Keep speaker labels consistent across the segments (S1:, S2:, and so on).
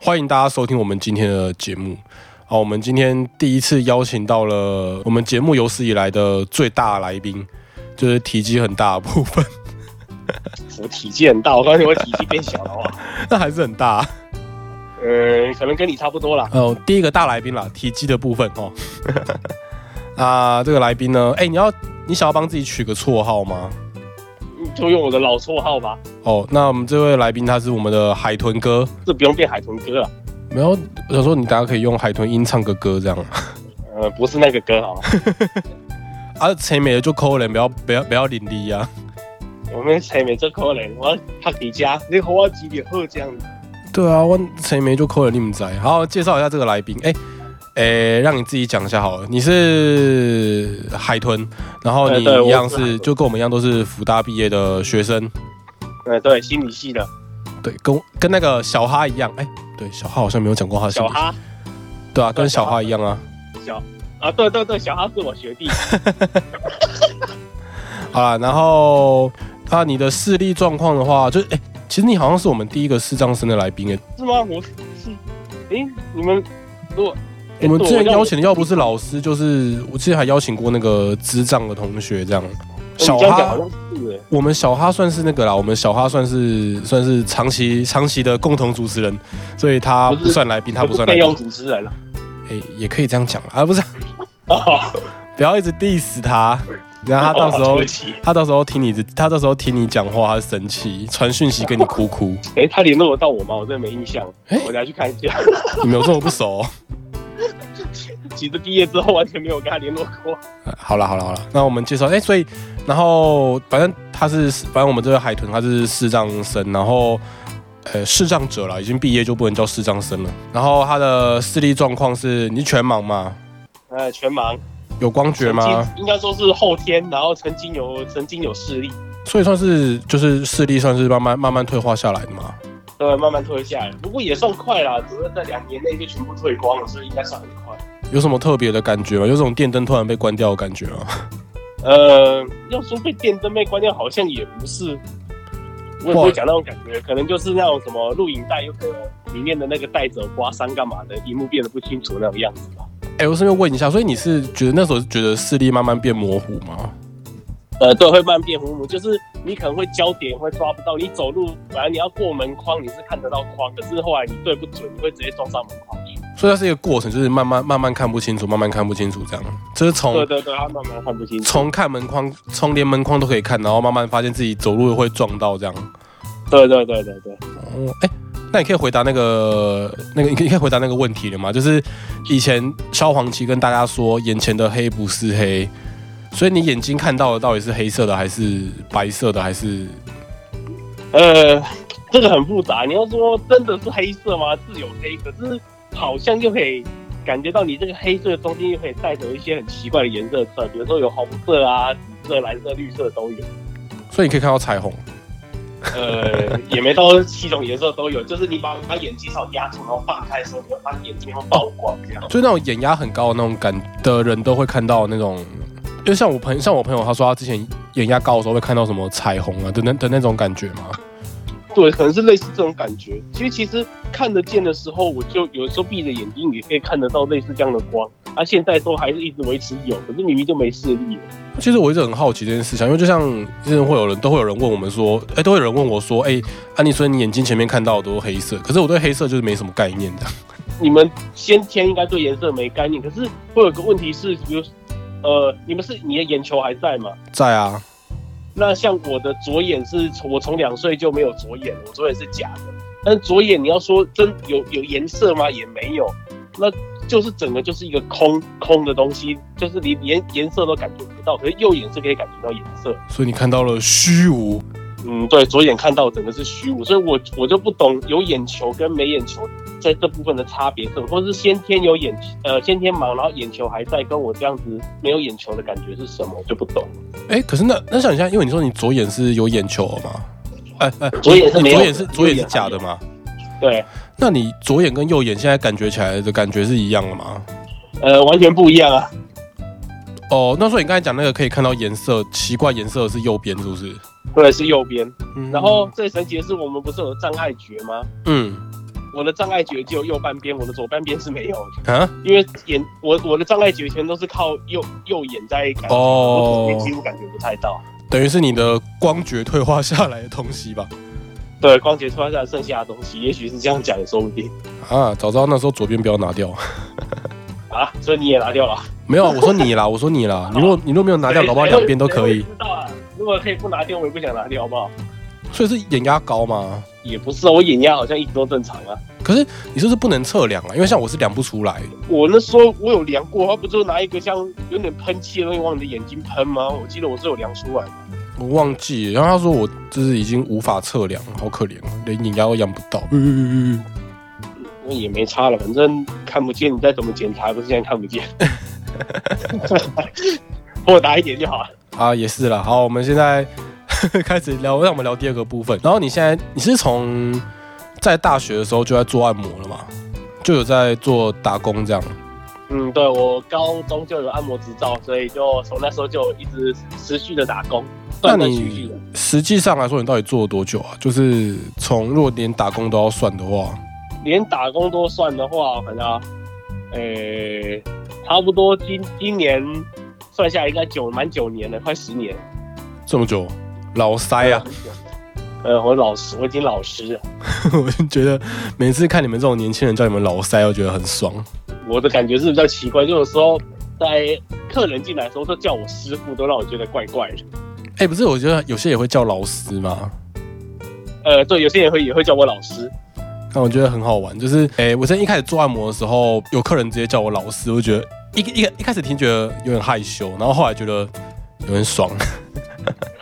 S1: 欢迎大家收听我们今天的节目。啊好，我们今天第一次邀请到了我们节目有史以来的最大来宾，就是体积很大的部分，
S2: 我体积很大， 我发现我体积变小了哦。
S1: 那还是很大、啊。
S2: 嗯，可能跟你差不多啦。
S1: 呃，第一个大来宾啦，体积的部分哦。 那这个来宾呢？哎、你要你想要帮自己取个绰号吗？
S2: 嗯就用我的老绰号吧，
S1: 哦，那我们这位来宾他是我们的海豚哥，
S2: 这不用变海豚哥啊了。
S1: 没有，我想说你大家可以用海豚音唱个歌这样。
S2: 呃，不是那个哥好吗？
S1: 啊，谁美的就扣人，不要不要不要领力啊！
S2: 我们才没这可能，我拍你家，你啊和我几点喝这样子？
S1: 对啊，我谁没就扣人，你们在。好，介绍一下这个来宾，哎、哎，让你自己讲一下好了。你是海豚，然后
S2: 呃
S1: 你
S2: 对
S1: 一样
S2: 我是海
S1: 是
S2: 豚
S1: 就跟我们一样都是福大毕业的学生，
S2: 嗯，对，心理系的
S1: 对，跟我跟那个小哈一样，哎、对，小哈好像没有讲过他的性
S2: 小
S1: 别，
S2: 哈，
S1: 对啊，跟
S2: 对小
S1: 小
S2: 哈
S1: 哈一样啊。
S2: 小啊，对对对，小哈是我学 弟。
S1: 好啦，然后啊，你的视力状况的话，就是哎、其实你好像是我们第一个视障生的来宾哎、
S2: 是吗？我是，诶，你们如果诶
S1: 我们之前
S2: 对
S1: 邀请的要不是老师，就是我之前还邀请过那个智障的同学这样。
S2: 我
S1: 小
S2: 你这样讲
S1: 哈
S2: 好，像是诶，
S1: 我们小哈算是那个啦，我们小哈算是算是长期长期的共同主持人，所以他
S2: 不是
S1: 不算来宾， 他不算来
S2: 备
S1: 宾
S2: 用，主持人了。啊
S1: 哎、也可以这样讲啦啊，不是，
S2: 哦，
S1: 不要一直 diss 他，然后他到时
S2: 哦
S1: 候
S2: 对不起，
S1: 他到时候听你他到时候听你讲话，他生气，传讯息跟你哭哭，
S2: 诶，他联络得到我吗？我真的没印象，
S1: 诶
S2: 我等下去看一下。
S1: 你们有这么不熟哦、
S2: 其实毕业之后完全没有跟他联络过。
S1: 好了好了好了，那我们介绍哎、所以然后反正他是反正我们这个海豚他是视障生，然后呃视障者了，已经毕业就不能叫视障生了。然后他的视力状况是你是全盲吗？
S2: 呃，全盲，
S1: 有光觉
S2: 曾
S1: 吗？
S2: 经应该说是后天，然后曾经有曾经有视力，
S1: 所以算是就是视力算是慢慢慢慢退化下来的嘛。
S2: 对，慢慢退下来，不过也算快啦，只是在两年内就全部退光了，所以应该算很快。
S1: 有什么特别的感觉吗？有种电灯突然被关掉的感觉吗？
S2: 呃，要说被电灯被关掉，好像也不是，我也不会讲那种感觉，可能就是那种什么录影带有可能里面的那个带着刮伤干嘛的，荧幕变得不清楚那种样子吧。
S1: 哎、我顺便问一下，所以你是觉得那时候是觉得视力慢慢变模糊吗？
S2: 呃，对，会慢慢变糊糊，就是你可能会焦点会抓不到，你走路本来你要过门框，你是看得到框，可是后来你对不准，你会直接撞上门框去。
S1: 所以它是一个过程，就是慢慢慢慢看不清楚，慢慢看不清楚这样。这是从
S2: 对对对，他慢慢看不清楚。
S1: 从看门框，从连门框都可以看，然后慢慢发现自己走路会撞到这样。
S2: 对对对对对，
S1: 哦，哎、那你可以回答那个那个，你可以你可以回答那个问题了吗？就是以前萧煌奇跟大家说，眼前的黑不是黑，所以你眼睛看到的到底是黑色的，还是白色的，还是
S2: 呃，这个很复杂。你要说真的是黑色吗？是有黑，可是好像又可以感觉到你这个黑色的中间又可以带走一些很奇怪的颜色出来，比如说有红色啊、紫色、蓝色、绿色都有。
S1: 所以你可以看到彩虹。
S2: 呃，也没到七种颜色都有，就是你把把眼睛稍微压住，然后放开的时候，你会发现眼睛会爆光这样。
S1: 就那种眼压很高的那种感的人都会看到那种，因为像我朋像我朋友他说他之前眼压高的时候会看到什么彩虹啊的那的那种感觉嘛。
S2: 对，可能是类似这种感觉。其实其实看得见的时候，我就有时候闭着眼睛也可以看得到类似这样的光。啊，现在都还是一直维持有，可是明明就没视力了。
S1: 其实我一直很好奇这件事情，因为就像之前会有人都会有人问我们说，哎、都会有人问我说，哎、安妮说你眼睛前面看到的都是黑色，可是我对黑色就是没什么概念的。
S2: 你们先天应该对颜色没概念，可是会有个问题是，比如，呃，你们是你的眼球还在吗？
S1: 在啊，
S2: 那像我的左眼是从我从两岁就没有左眼，我左眼是假的。但是左眼你要说真有有颜色吗？也没有，那就是整个就是一个空空的东西，就是你连颜色都感觉不到。可是右眼是可以感觉到颜色。
S1: 所以你看到了虚无。
S2: 嗯，对，左眼看到整个是虚无，所以我我就不懂有眼球跟没眼球在这部分的差别是什么，或是先天有眼呃先天盲，然后眼球还在，跟我这样子没有眼球的感觉是什么，我就不懂。
S1: 哎、可是那那想一下，因为你说你左眼是有眼球的嘛？哎、哎、
S2: 左眼是
S1: 你
S2: 没有
S1: 左
S2: 的
S1: 眼是左眼是假的嘛？
S2: 对，
S1: 那你左眼跟右眼现在感觉起来的感觉是一样的吗？
S2: 呃，完全不一样啊。
S1: 哦，那所以你刚才讲那个可以看到颜色，奇怪颜色是右边是不是？
S2: 对，是右边。
S1: 嗯
S2: 然后最神奇的是，我们不是有障碍觉吗？
S1: 嗯，
S2: 我的障碍觉只有右半边，我的左半边是没有的，
S1: 啊，
S2: 因为眼我我的障碍觉全都是靠右右眼在感
S1: 哦
S2: 觉，我左边几乎感觉不太到。
S1: 等于是你的光觉退化下来的东西吧？
S2: 对，光洁突然下来剩下的东西，也许是这样讲也说不定
S1: 啊，早知道那时候左边不要拿掉。
S2: 啊。所以你也拿掉了，
S1: 没有，啊我说你啦，我说你啦。你如果你如果没有拿掉，
S2: 谁
S1: 搞不好两边都 可
S2: 谁
S1: 以
S2: 会。知道啊，如果可以不拿掉，我也不想拿掉，好不好？
S1: 所以是眼压高嘛？
S2: 也不是啊，我眼压好像一直都正常啊。
S1: 可是你是不是不能测量啊？因为像我是量不出来。
S2: 我那时候我有量过，他不就拿一个像有点喷气的东西往你的眼睛喷吗？我记得我是有量出来的。
S1: 我忘记了，然后他说我就是已经无法测量，好可怜，连眼压都量不到。 嗯，
S2: 那也没差了，反正看不见，你再怎么检查，不是现在看不见。豁达一点就好了。
S1: 啊，也是啦。好，我们现在 开始聊，让我们聊第二个部分。然后你现在你是从在大学的时候就在做按摩了嘛？就有在做打工这样。
S2: 嗯，对我高中就有按摩执照，所以就从那时候就一直持续的打工，
S1: 那
S2: 断断续续
S1: 你
S2: 啊的。
S1: 实际上来说，你到底做了多久啊？就是从若连打工都要算的话，
S2: 连打工都算的话，可能、啊，诶、差不多今今年算下来应该九满九年了，快十年了。
S1: 这么久，老塞啊！
S2: 呃，我老实，我已经老实了。
S1: 我就觉得每次看你们这种年轻人叫你们老塞，我觉得很爽。
S2: 我的感觉是比较奇怪，就有时候在客人进来的时候都叫我师傅，都让我觉得怪怪的。
S1: 哎、不是，我觉得有些也会叫老师嘛，
S2: 呃，对，有些人会也会叫我老师。
S1: 但我觉得很好玩。就是，哎、我真一开始做按摩的时候，有客人直接叫我老师，我觉得一一一开始听觉得有点害羞，然后后来觉得有点爽。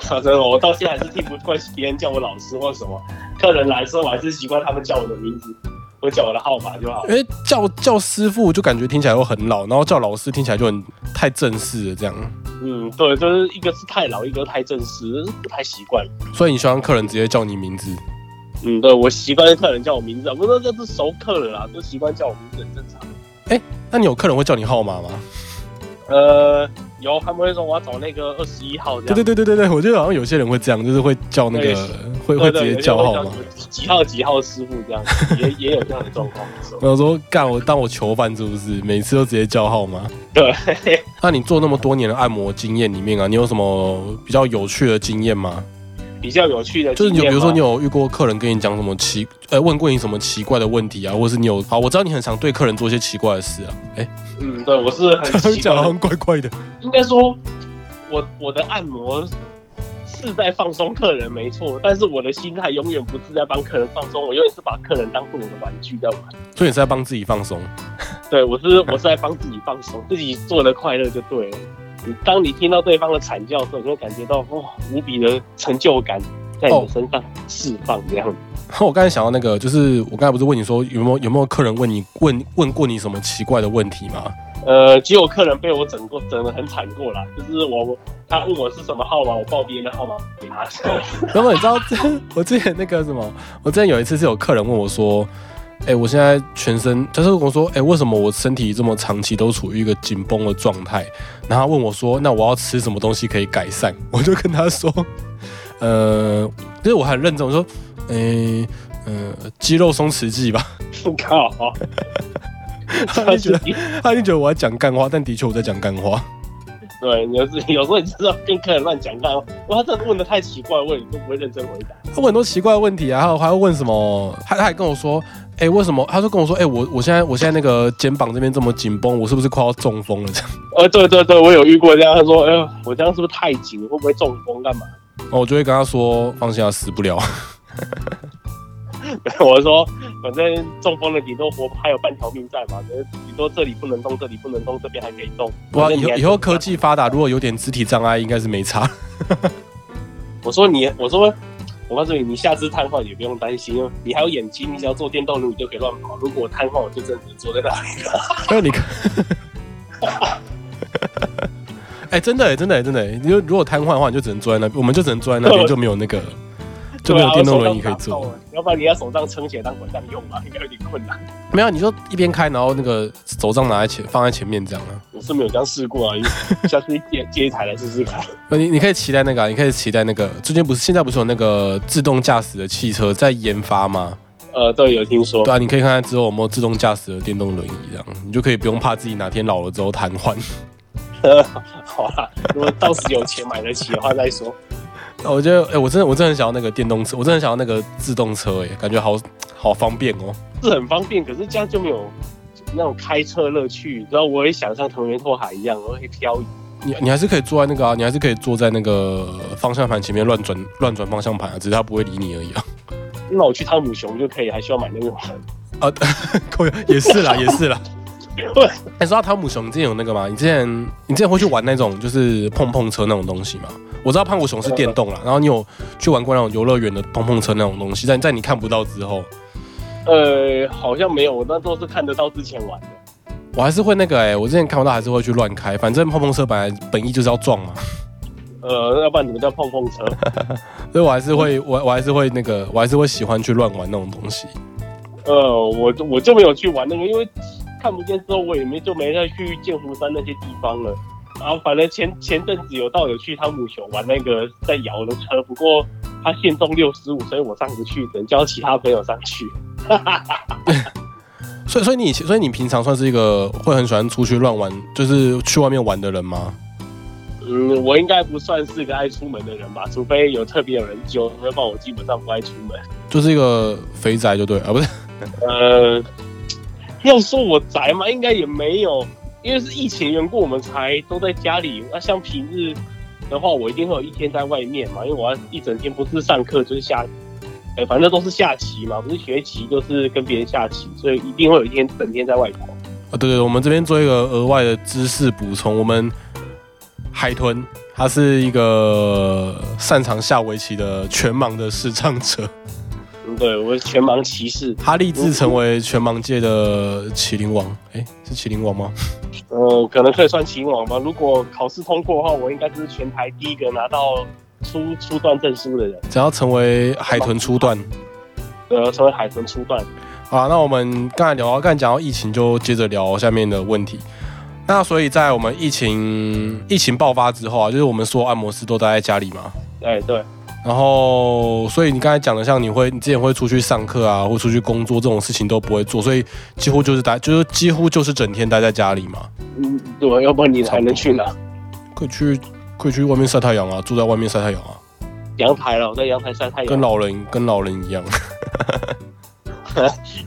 S2: 说真的，我到现在还是听不惯别人叫我老师或什么。客人来的时候，我还是习惯他们叫我的名字，我叫我的号码就好。
S1: 因为叫叫师傅就感觉听起来又很老，然后叫老师听起来就很太正式了这样。
S2: 嗯，对，就是一个是太老，一个太正式，不太习惯。
S1: 所以你希望客人直接叫你名字，
S2: 嗯，对，我习惯客人叫我名字，不是这是熟客人啦，都习惯叫我名字很正常。
S1: 那你有客人会叫你号码吗？
S2: 呃，有他们会说我要找那个二十一号
S1: 对
S2: 这样。
S1: 对对对对对，我觉得好像有些人会这样，就是会叫那个 会会直接叫号码。？
S2: 几号几号师傅这样，也也有这样的状况的时候。
S1: 然后说干我当我囚犯是不是？每次都直接叫号码。
S2: 对，
S1: 那你做那么多年的按摩经验里面啊，你有什么比较有趣的经验吗？
S2: 比较有趣的
S1: 就是你
S2: 经
S1: 有
S2: 验
S1: 比如说
S2: 吗
S1: 你有遇过客人跟你讲什么奇呃问过你什么奇怪的问题啊，或是你有好我知道你很常对客人做一些奇怪的事啊，哎、
S2: 嗯，对我是很
S1: 这样
S2: 奇
S1: 讲
S2: 怪
S1: 好
S2: 的，
S1: 像怪怪的。
S2: 应该说，我我的按摩是在放松客人没错，但是我的心态永远不是在帮客人放松，我永远是把客人当做我的玩具在玩。
S1: 所以你是在帮自己放松，
S2: 对我是我是在帮自己放松，自己做的快乐就对了。你当你听到对方的惨叫的时候，你会感觉到哇无比的成就感在
S1: 哦
S2: 你的身上释放这样子。
S1: 我刚才想到那个，就是我刚才不是问你说有没有有没有客人问你问问过你什么奇怪的问题吗？
S2: 呃，只有客人被我整过，整的很惨过啦。就是我他问我是什么号码，我报别人的号码给他。
S1: 然后你知道，我之前那个什么，我之前有一次是有客人问我说：“哎、我现在全身，他是跟我说，哎、为什么我身体这么长期都处于一个紧绷的状态？”然后他问我说：“那我要吃什么东西可以改善？” 我就跟他说：“呃，就是我很认真，我说，哎、呃，肌肉松弛剂吧。
S2: 我靠！
S1: 他就觉得，他就觉得我在讲干话，但的确我在讲干话。
S2: 对，你就是有时候你知道跟客人乱讲干话，哇，他真的问的太奇怪的问题，你都不会认真回答。
S1: 他问很多奇怪的问题啊，还有还会问什么？他他还跟我说，哎、为什么？他就跟我说，哎、我我现在我现在那个肩膀这边这么紧绷，我是不是快要中风了？这 样，
S2: 呃，对对对，我有遇过这样，他说，哎、呦，我这样是不是太紧？会不会中风？干嘛？
S1: 然后我就会跟他说，放心啊，死不 了。
S2: 我说，反正中风了，顶多活还有半条命在嘛，顶多这里不能动，这里不能动，这边还可以动。
S1: 哇，
S2: 反正
S1: 以
S2: 你
S1: 后
S2: 还
S1: 以后科，技发达，如果有点肢体障碍，应该是没 差。
S2: 我说你，我说，我告诉你，你下次瘫痪也不用担心，你还有眼睛，你只要坐电动轮你就可以乱跑。如果我瘫痪，我就真的只能坐在那里了。
S1: 那你看，哎、真的、真的、真的、你就如果瘫痪的话，你就只能坐在那边，我们就只能坐在那边，就没有那 个，就没有电动轮椅可以坐。
S2: 对啊，我手上打不到啊要不然你要手上撑起来当拐杖用嘛，应该有点困难。
S1: 没有，你就一边开，然后那个手杖拿在前，放在前面这样啊。
S2: 我是没有这样试过而已，下次借借一台来试试看。
S1: 呃，你你可以期待那个、啊，你可以期待那个，最近不是现在不是有那个自动驾驶的汽车在研发吗？
S2: 呃，对，有听说
S1: 对，啊，你可以看看之后有没有自动驾驶的电动轮椅，这样你就可以不用怕自己哪天老了之后瘫痪。
S2: 好啦，如果到时有钱买得起的话再说。
S1: 我觉得，哎、我真的我真的很想要那个电动车，我真的很想要那个自动车、哎，感觉好好方便哦。
S2: 是很方便，可是这样就没有那种开车乐趣。然后我也想像藤原拓海一样，我会漂移。
S1: 你你还是可以坐在那个啊，你还是可以坐在那个方向盘前面乱转乱转方向盘啊，只是它不会理你而已啊。
S2: 那我去汤姆熊就可以，还需要买那个吗？
S1: 啊，够用也是啦，也是啦。哎、说到汤姆熊，你之前有那个吗？你之前你之前会去玩那种就是碰碰车那种东西吗？我知道胖虎熊是电动啦，然后你有去玩过那种游乐园的碰碰车那种东西，但在你看不到之后，
S2: 呃，好像没有，我那都是看得到之前玩的。
S1: 我还是会那个哎、我之前看不到还是会去乱开，反正碰碰车本来本意就是要撞嘛，
S2: 呃，要不然你们叫碰碰车？
S1: 所以我还是会我我还是会那个我还是会喜欢去乱玩那种东西。
S2: 呃，我就我就没有去玩那个，因为看不见之后，我也没就没再去剑湖山那些地方了。然后反正前前阵子有到有去汤姆熊玩那个在摇的车，不过它限重六十五，所以我上不去，只能叫其他朋友上去。
S1: 所以所以你所以你平常算是一个会很喜欢出去乱玩，就是去外面玩的人吗？
S2: 嗯，我应该不算是个爱出门的人吧，除非有特别有人揪，要不然我基本上不爱出门。
S1: 就是一个肥宅就对了啊，不是？
S2: 呃，要说我宅嘛，应该也没有，因为是疫情缘故，我们才都在家里。那像平日的话，我一定会有一天在外面嘛，因为我要一整天不是上课就是下，哎、反正都是下棋嘛，不是学棋就是跟别人下棋，所以一定会有一天整天在外跑。
S1: 啊，对对，我们这边做一个额外的知识补充，我们海豚他是一个擅长下围棋的全盲的视障者，
S2: 嗯，对我是全盲骑士，
S1: 他立志成为全盲界的麒麟王。哎，是麒麟王吗？
S2: 嗯、可能可以算棋王吧。如果考试通过的话，我应该就是全台第一个拿到初初段证书的人，
S1: 只要成为海豚初段。
S2: 呃，成为海豚初段。
S1: 好啦，那我们刚才聊到，刚才讲到疫情，就接着聊下面的问题。那所以在我们疫情疫情爆发之后啊，就是我们所有按摩师都待在家里嘛，
S2: 哎、对，
S1: 然后，所以你刚才讲的，像你会，你之前会出去上课啊，或出去工作这种事情都不会做，所以几乎就是待，就是几乎就是整天待在家里嘛，
S2: 嗯，对，要不然你还能去哪？
S1: 可以去可以去外面晒太阳啊，住在外面晒太阳啊，
S2: 阳台了，我在阳台晒太
S1: 跟
S2: 阳。
S1: 老人跟老人一样，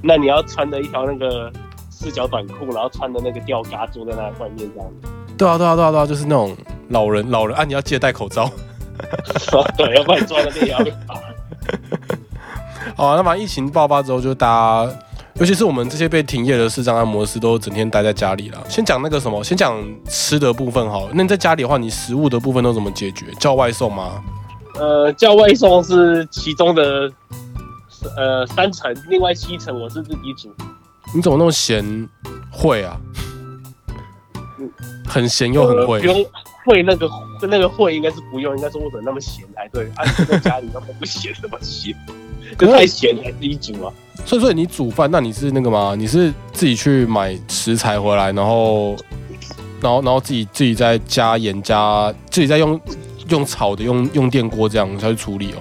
S2: 那你要穿的一条那个四角短裤，然后穿的那个吊嘎，坐在那外面这样 子。
S1: 对啊对啊对啊对啊，就是那种老人老人啊，你要记得戴口罩。
S2: 对，要不然你坐在那边也要被罚。
S1: 好、啊，那反正疫情爆发之后，就大家，尤其是我们这些被停业的视障按摩师，都整天待在家里了。先讲那个什么，先讲吃的部分好了。那你在家里的话，你食物的部分都怎么解决？叫外送吗？
S2: 呃，叫外送是其中的呃三层，另外七层我是自己煮。
S1: 你怎么那么贤惠啊？很闲又很
S2: 嗯呃不
S1: 会，
S2: 用会那个那个会应该是不用，应该是我怎么那么闲才对？啊，你在家里那么不闲，怎么闲？
S1: 可是
S2: 太闲才自己煮啊。
S1: 所以所以你煮饭，那你是那个吗？你是自己去买食材回来，然后，然后然后自己自己再加盐加，自己再用用炒的用用电锅这样才去处理哦。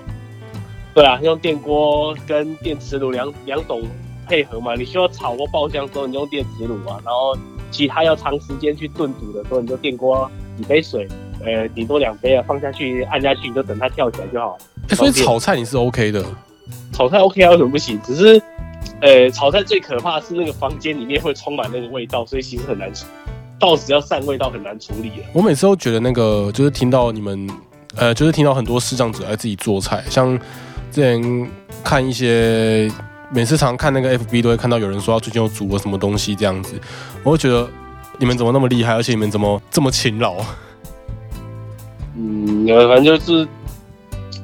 S2: 对啊，用电锅跟电磁炉两两种配合嘛。你需要炒或爆香的时候，你用电磁炉啊，然后其他要长时间去炖煮的时候，你就电锅几杯水，呃，顶多两杯啊，放下去按下去，你就等它跳起来就好了。
S1: 哎、所以
S2: 方便
S1: 炒菜你是 OK 的，
S2: 炒菜 OK 啊，为什么不行？只是，呃，炒菜最可怕的是那个房间里面会充满那个味道，所以其实很难处，到时要散味道很难处理啊。
S1: 我每次都觉得那个，呃就是听到你们，呃，就是听到很多视障者在自己做菜，像之前看一些，每次常看那个 FB 都会看到有人说他最近又煮了什么东西这样子，我就觉得你们怎么那么厉害，而且你们怎么这么勤劳？
S2: 嗯，呃反正就是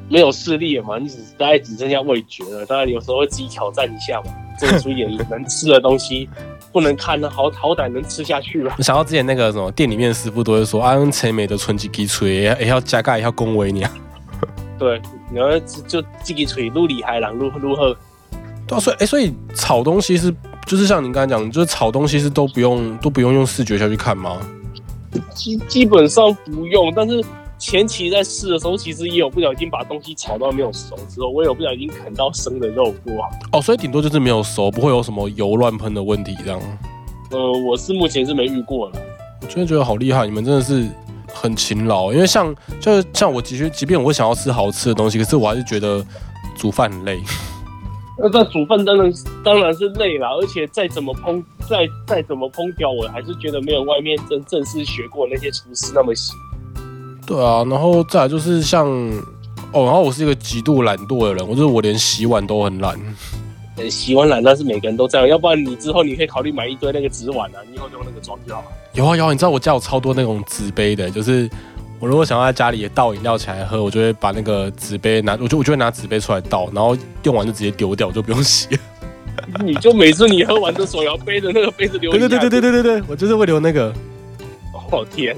S2: 没有视力了嘛，你只大概只剩下味觉了。当然有时候会自己挑战一下嘛，做出一点能吃的东西，不能看的好好歹能吃下去吧。
S1: 想到之前那个什么店里面的师傅都会说啊，用陈美的纯几鸡锤，也要加盖，也要恭维你啊。
S2: 对，然后就就自己吹路里海狼路路后，
S1: 对啊，所以哎、所以炒东西是就是像你刚才讲，就是炒东西是都不用都不用用视觉下去看吗？
S2: 基基本上不用，但是。前期在试的时候，其实也有不小心把东西炒到没有熟之后，我也有不小心啃到生的肉过。
S1: 哦，所以顶多就是没有熟，不会有什么油乱喷的问题这样。
S2: 呃，我是目前是没遇过了。
S1: 我真的觉得好厉害，你们真的是很勤劳。因为像就是像我，其实即便我想要吃好吃的东西，可是我还是觉得煮饭很累。
S2: 那这煮饭当然当然是累啦，而且再怎么烹再再怎么烹调，我还是觉得没有外面真正式学过那些厨师那么细。
S1: 对啊，然后再来就是像哦，然后我是一个极度懒惰的人，我就是我连洗碗都很懒。
S2: 呃，洗碗懒但是每个人都这样，要不然你之后你可以考虑买一堆那个纸碗啊，你以后用那个装就好了。
S1: 有啊有啊，你知道我家有超多那种纸杯的，就是我如果想要在家里倒饮料起来喝，我就会把那个纸杯拿，我就我就会拿纸杯出来倒，然后用完就直接丢掉，我就不用洗。
S2: 你就每次你喝完的手摇杯的那个杯子留一
S1: 对
S2: 下
S1: 对对对对对对对，我就是会留那个。
S2: 哦天，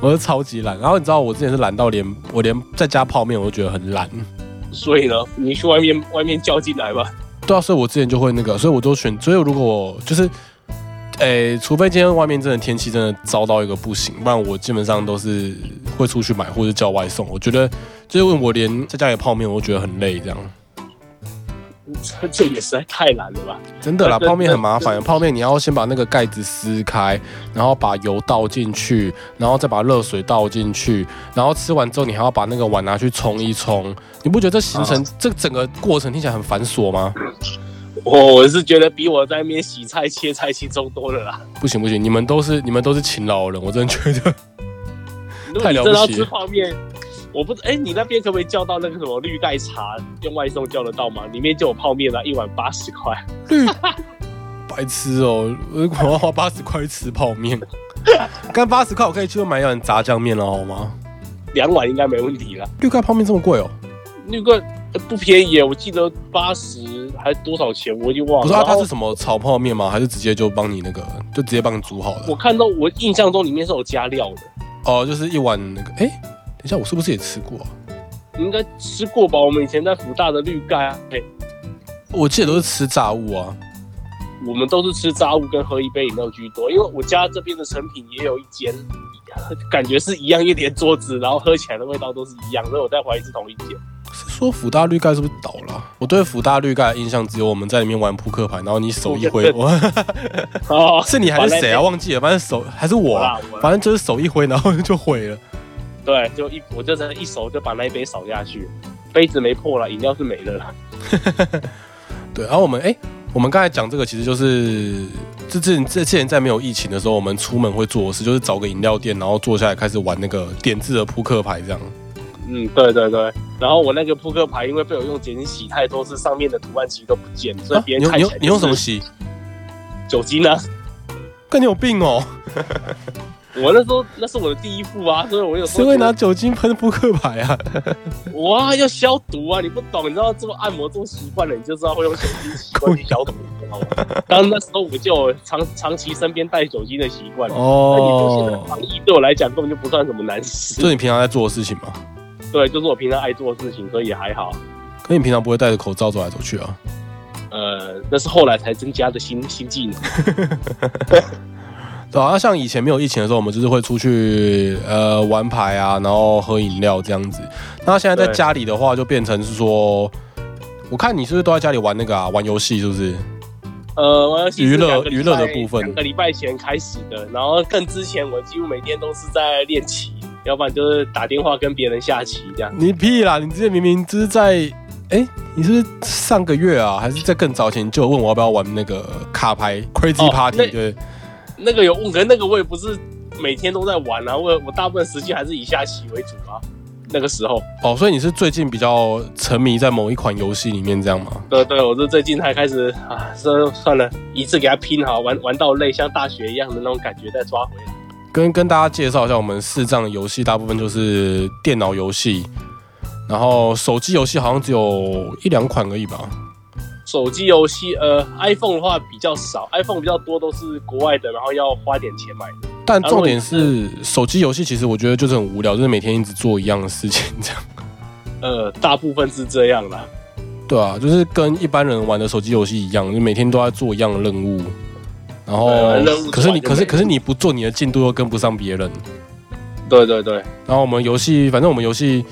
S1: 我是超级懒，然后你知道我之前是懒到连我连在家泡面我都觉得很懒，
S2: 所以呢，你去外面外面叫进来吧。
S1: 对啊，所以我之前就会那个，所以我都选，所以如果我就是，诶、除非今天外面真的天气真的糟到一个不行，不然我基本上都是会出去买或者叫外送。我觉得就是我连在家里泡面我都觉得很累，这样
S2: 嗯这这也实在太难了吧？
S1: 真的啦，
S2: 对
S1: 泡面很麻
S2: 对
S1: 烦，泡面你要先把那个盖子撕开，然后把油倒进去，然后再把热水倒进去，然后吃完之后你还要把那个碗拿去冲一冲，你不觉得这行
S2: 嗯
S1: 程、这整个过程听起来很繁琐吗？
S2: 我我是觉得比我在那边洗菜切菜轻松多了啦。
S1: 不行不行，你们都是你们都是勤劳的人，我真的觉得
S2: 如果
S1: 太
S2: 你
S1: 了不
S2: 真的要
S1: 起
S2: 吃泡面，我不哎、你那边可不可以叫到那个什么绿盖茶用外送叫得到吗？里面就有泡面啦，一碗八十块。
S1: 绿白痴哦、我要花八十块吃泡 面，干八十块我可以去买一碗炸酱面了好吗？
S2: 两碗应该没问题了。
S1: 绿盖泡面这么贵哦、
S2: 那个呃不便宜耶，我记得八十还多少钱，我已经忘
S1: 不是
S2: 了。
S1: 啊，
S2: 哦然
S1: 它
S2: 后
S1: 是什么炒泡面吗？还是直接就帮你那个，就直接帮你煮好的
S2: 我？看到我印象中里面是有加料的，
S1: 哦，就是一碗那个，哎、等一下，我是不是也吃过啊、
S2: 你应该吃过吧？我们以前在福大的绿盖啊，哎、
S1: 我记得都是吃炸物啊。
S2: 我们都是吃炸物跟喝一杯饮料居多，因为我家这边的成品也有一间，感觉是一样一叠桌子，然后喝起来的味道都是一样，所以我在怀疑是同一间。
S1: 是说福大绿盖是不是倒了啊、我对福大绿盖的印象只有我们在里面玩扑克牌，然后你手一挥，我
S2: 哦
S1: ，是你还是谁啊？忘记了，反正手还是我
S2: 我
S1: 啊
S2: 啦，我啦
S1: 反正就是手一挥，然后就毁了。
S2: 对，就一我就真的一手就把那一杯扫下去，杯子没破了，饮料是没了 啦。
S1: 对，然后我们哎、我们刚才讲这个其实就是，这之前这之前在没有疫情的时候，我们出门会做的事就是找个饮料店，然后坐下来开始玩那个点字的扑克牌这样。
S2: 嗯，对对对。然后我那个扑克牌因为被我用碱洗太多次，上面的图案其实都不见，所以
S1: 啊
S2: 别
S1: 你用
S2: 人看
S1: 你
S2: 起
S1: 用
S2: 来、
S1: 你用什么？洗？
S2: 酒精啊呢、
S1: 跟你有病哦、
S2: 我那时候那是我的第一副啊，所以我有时
S1: 谁
S2: 候
S1: 会
S2: 觉得
S1: 拿酒精喷扑克牌啊？
S2: 哇，要消毒啊！你不懂，你知道做按摩做习惯了，你就知道会用酒精习惯去消毒，你知 道吗？当然那时候我就有长长期身边带酒精的习惯。那你说现在
S1: 哦，
S2: 防疫对我来讲根本就不算什么难事
S1: 这，是你平常在做的事情吗？
S2: 对，就是我平常爱做的事情，所以也还好。
S1: 可你平常不会戴着口罩走来走去啊？
S2: 呃，那是后来才增加的新新技能。
S1: 对啊，那像以前没有疫情的时候，我们就是会出去呃玩牌啊，然后喝饮料这样子。那现在在
S2: 对
S1: 家里的话，就变成是说，我看你是不是都在家里玩那个啊，玩游戏是不是？
S2: 呃，我要其实
S1: 娱乐
S2: 两个礼拜
S1: 娱乐的部分
S2: 两个礼拜前开始的，然后更之前我几乎每天都是在练棋，要不然就是打电话跟别人下棋这样。
S1: 你屁啦！你之前明明就是在，哎、你是不是上个月啊，还是在更早前就有问我要不要玩那个卡牌 Crazy
S2: 哦
S1: Party？、
S2: 那
S1: 对，
S2: 那个有问，可是那个我也不是每天都在玩啊，我我大部分时间还是以下棋为主啊。那个时候，
S1: 哦，所以你是最近比较沉迷在某一款游戏里面这样吗？
S2: 对对，我是最近才开始啊，算算了，一次给他拼好，玩玩到累，像大学一样的那种感觉再抓回来。
S1: 跟跟大家介绍一下，我们视障的游戏大部分就是电脑游戏，然后手机游戏好像只有一两款而已吧。
S2: 手机游戏，呃，iPhone 的话比较少，iPhone 比较多都是国外的，然后要花点钱买的。
S1: 但重点是，手机游戏其实我觉得就是很无聊，就是每天一直做一样的事情这样。
S2: 呃，大部分是这样啦。
S1: 对啊，就是跟一般人玩的手机游戏一样，就每天都在做一样的任务。然后
S2: 对任务做完就没了
S1: 可是你可是可是你不做，你的进度又跟不上别人。
S2: 对对对，
S1: 然后我们游戏，反正我们游戏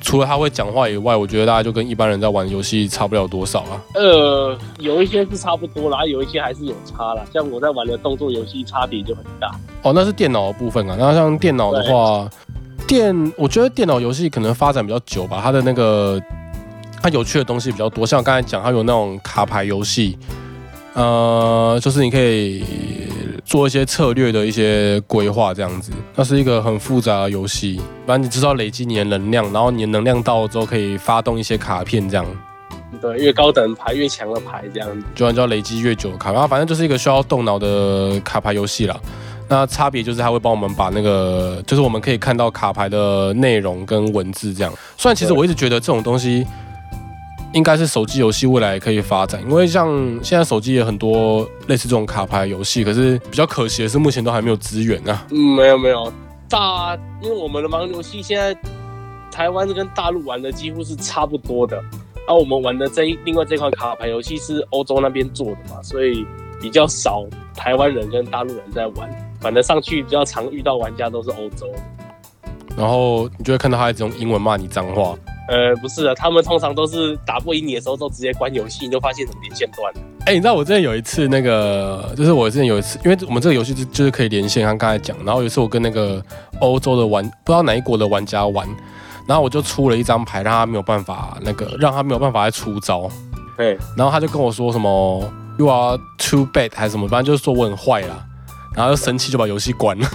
S1: 除了他会讲话以外，我觉得大家就跟一般人在玩游戏差不了多少啊。
S2: 呃，有一些是差不多啦，有一些还是有差啦。像我在玩的动作游戏，差别就很大。
S1: 哦，那是电脑的部分啊。那像电脑的话，电我觉得电脑游戏可能发展比较久吧，它的那个它有趣的东西比较多。像我刚才讲，它有那种卡牌游戏，呃，就是你可以做一些策略的一些规划这样子。那是一个很复杂的游戏，反正你知道累积你的能量，然后你的能量到了之后可以发动一些卡片这样。
S2: 对，越高等牌越强的牌这样子。
S1: 就按照累积越久的卡牌，反正就是一个需要动脑的卡牌游戏啦。那差别就是它会帮我们把那个，就是我们可以看到卡牌的内容跟文字这样。虽然其实我一直觉得这种东西应该是手机游戏未来可以发展，因为像现在手机也很多类似这种卡牌游戏，可是比较可惜的是目前都还没有资源啊。
S2: 嗯，没有没有，大因为我们的盲游戏现在台湾跟大陆玩的几乎是差不多的，而、我们玩的这一另外这款卡牌游戏是欧洲那边做的嘛，所以比较少台湾人跟大陆人在玩，反正上去比较常遇到玩家都是欧洲。
S1: 然后你就会看到他一直用英文骂你脏话，
S2: 呃，不是的，他们通常都是打不赢你的时候，都直接关游戏，你就发现怎么连线断了。
S1: 哎、你知道我之前有一次那个，就是我之前有一次，因为我们这个游戏就就是可以连线，像刚才讲，然后有一次我跟那个欧洲的玩，不知道哪一国的玩家玩，然后我就出了一张牌，让他没有办法那个，让他没有办法再出招，
S2: 对，
S1: 然后他就跟我说什么 “you are too bad” 还是什么，反正就是说我很坏啦，然后就生气就把游戏关了，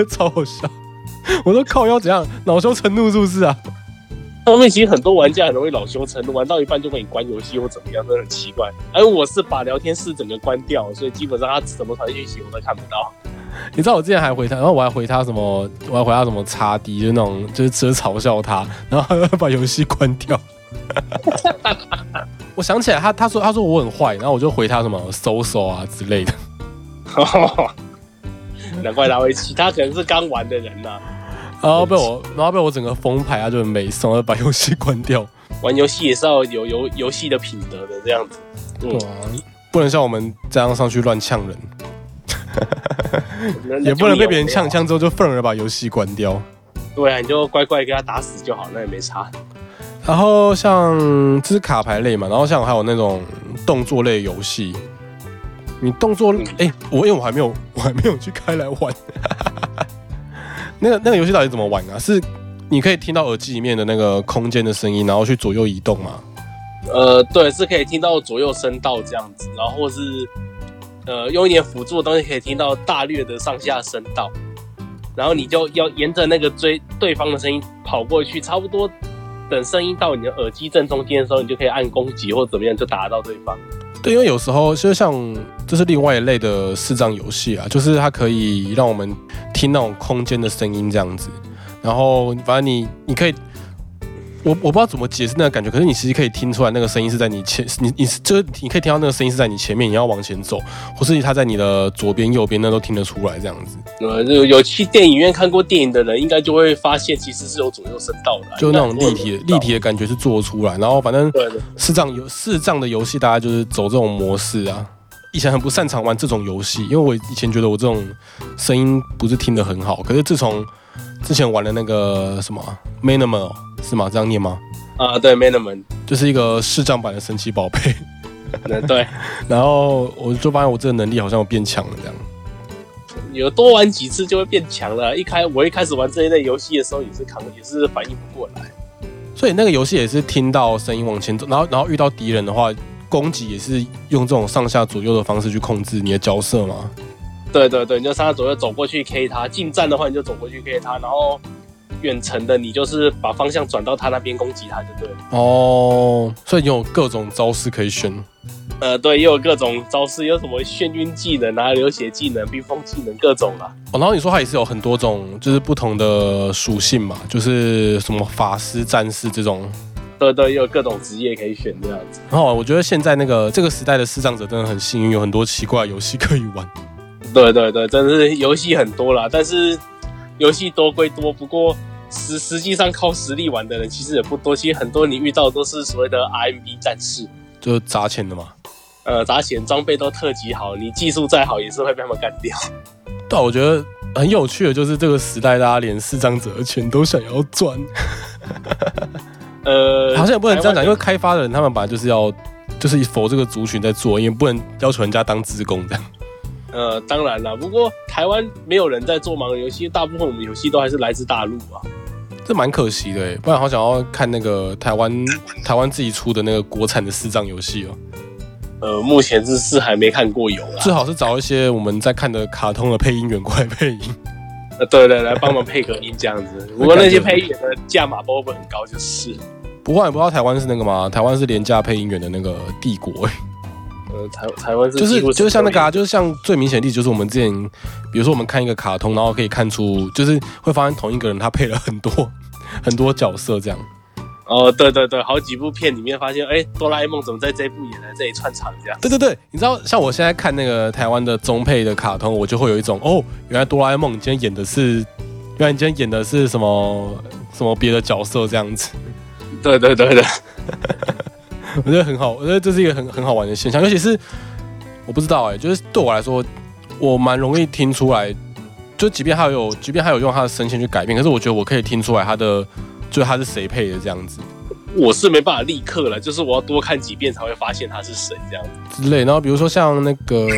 S1: 超好笑。 我说靠腰怎样，恼羞成怒是不是啊？
S2: 后面其实很多玩家很容易恼羞成怒，玩到一半就被你关游戏或怎么样，真的很奇怪。而我是把聊天室整个关掉，所以基本上他怎么传讯息我都看不 到。
S1: 你知道我之前还回他，然后我还回他什么，我还回他什么叉 D，就是那种就是只是嘲笑他，然后他就把游戏关掉。 我想起来他，他说他说我很坏，然后我就回他什么搜搜啊之类的。
S2: 难怪他会气，他可能是刚玩的人呐、
S1: 然后被我，然后被我整个封牌，他就很没送，然后把游戏关掉。
S2: 玩游戏也是要有游游戏的品德的这样子。嗯
S1: 对啊，不能像我们这样上去乱呛人，
S2: 那
S1: 也不能被别人。
S2: 那就你有没有
S1: 呛，呛之后就愤而把游戏关掉。
S2: 对啊，你就乖乖给他打死就好，那也没差。
S1: 然后像这是卡牌类嘛，然后像还有那种动作类游戏，你动作
S2: 嗯
S1: 哎、我因为我还没有 我还没有去开来玩， 那个那个游戏到底怎么玩啊？是你可以听到耳机里面的那个空间的声音，然后去左右移动嘛？
S2: 呃，对，是可以听到左右声道这样子，然后是呃用一点辅助的东西可以听到大略的上下声道，然后你就要沿着那个追对方的声音跑过去，差不多等声音到你的耳机正中间的时候，你就可以按攻击或怎么样就打到对方。
S1: 对，因为有时候就像这是另外一类的视障游戏啊，就是它可以让我们听那种空间的声音这样子，然后反正你你可以，我我不知道怎么解释那个感觉，可是你其实可以听出来那个声音是在你前，你你是就是你可以听到那个声音是在你前面，你要往前走，或是它在你的左边右边那都听得出来这样子，
S2: 呃，就有去电影院看过电影的人，应该就会发现其实是有左右声道的啊，
S1: 就那种
S2: 应该
S1: 立
S2: 很多
S1: 体的
S2: 人
S1: 立体的感觉是做出来，然后反正
S2: 知道。对对
S1: 视障游视障的游戏，大家就是走这种模式啊。以前很不擅长玩这种游戏，因为我以前觉得我这种声音不是听得很好。可是自从之前玩的那个什么啊 Minimal 哦是吗？这样念吗？
S2: 啊，对 m a n a m a n
S1: 就是一个视障版的神奇宝贝。
S2: 那呃对，
S1: 然后我就发现我这个能力好像有变强了这样。
S2: 有多玩几次就会变强了。一开我一开始玩这一类游戏的时候，也是扛，也是反应不过来。
S1: 所以那个游戏也是听到声音往前走，然后然后遇到敌人的话，攻击也是用这种上下左右的方式去控制你的角色嘛。
S2: 对对对，你就三下左右走过去 K 他，近战的话你就走过去 K 他，然后远程的你就是把方向转到他那边攻击他就对了。
S1: 哦，所以你有各种招式可以选。
S2: 呃，对，也有各种招式，有什么眩晕技能啊、流血技能、冰封技能各种啊。
S1: 哦，然后你说它也是有很多种，就是不同的属性嘛，就是什么法师、战士这种。
S2: 对对，也有各种职业可以选这样子。
S1: 很好玩，我觉得现在那个这个时代的视障者真的很幸运，有很多奇怪的游戏可以玩。
S2: 对对对，真的是游戏很多啦，但是游戏多归多，不过实实际上靠实力玩的人其实也不多，其实很多你遇到都是所谓的 RMB 战士，
S1: 就是砸钱的嘛，
S2: 呃，砸钱装备都特级好，你技术再好也是会被他们干掉。
S1: 但啊我觉得很有趣的就是这个时代，大家连视障者的钱都想要赚，
S2: 呃，
S1: 好像也不能这样讲，
S2: 台湾
S1: 因为开发的人他们本来就是要就是否这个族群在做，因为不能要求人家当职工这样。
S2: 呃，当然啦，不过台湾没有人在做盲人游戏，大部分我们游戏都还是来自大陆啊。
S1: 这蛮可惜的欸，不然好想要看那个台湾台湾自己出的那个国产的视障游戏哦，
S2: 呃，目前是是还没看过有啦。
S1: 最好是找一些我们在看的卡通的配音员过来配音。
S2: 呃，对对，来帮忙配个音这样子。不过 那些配音员的价码会不会很高？就是，
S1: 不过你不知道台湾是那个吗？台湾是廉价配音员的那个帝 国欸，
S2: 呃，台台湾是
S1: 就是
S2: 几乎
S1: 就是像那个啊，就是像最明显的例子，就是我们之前，比如说我们看一个卡通，然后可以看出，就是会发现同一个人他配了很多 很多角色这样。
S2: 哦，对对对，好几部片里面发现，哎，哆啦 A 梦怎么在这一部也来这里串场这样？
S1: 对对对，你知道像我现在看那个台湾的中配的卡通，我就会有一种哦，原来哆啦 A 梦你今天演的是，原来你今天演的是什么什么别的角色这样子，
S2: 对对对对，
S1: 我觉得很好，我觉得这是一个很很好玩的现象，尤其是我不知道哎、就是对我来说，我蛮容易听出来，就即便他有，即便他有用他的声线去改变，可是我觉得我可以听出来他的，就是他是谁配的这样子
S2: 我是没办法立刻了，就是我要多看几遍才会发现他是谁这样子。
S1: 之类。然后比如说像那个，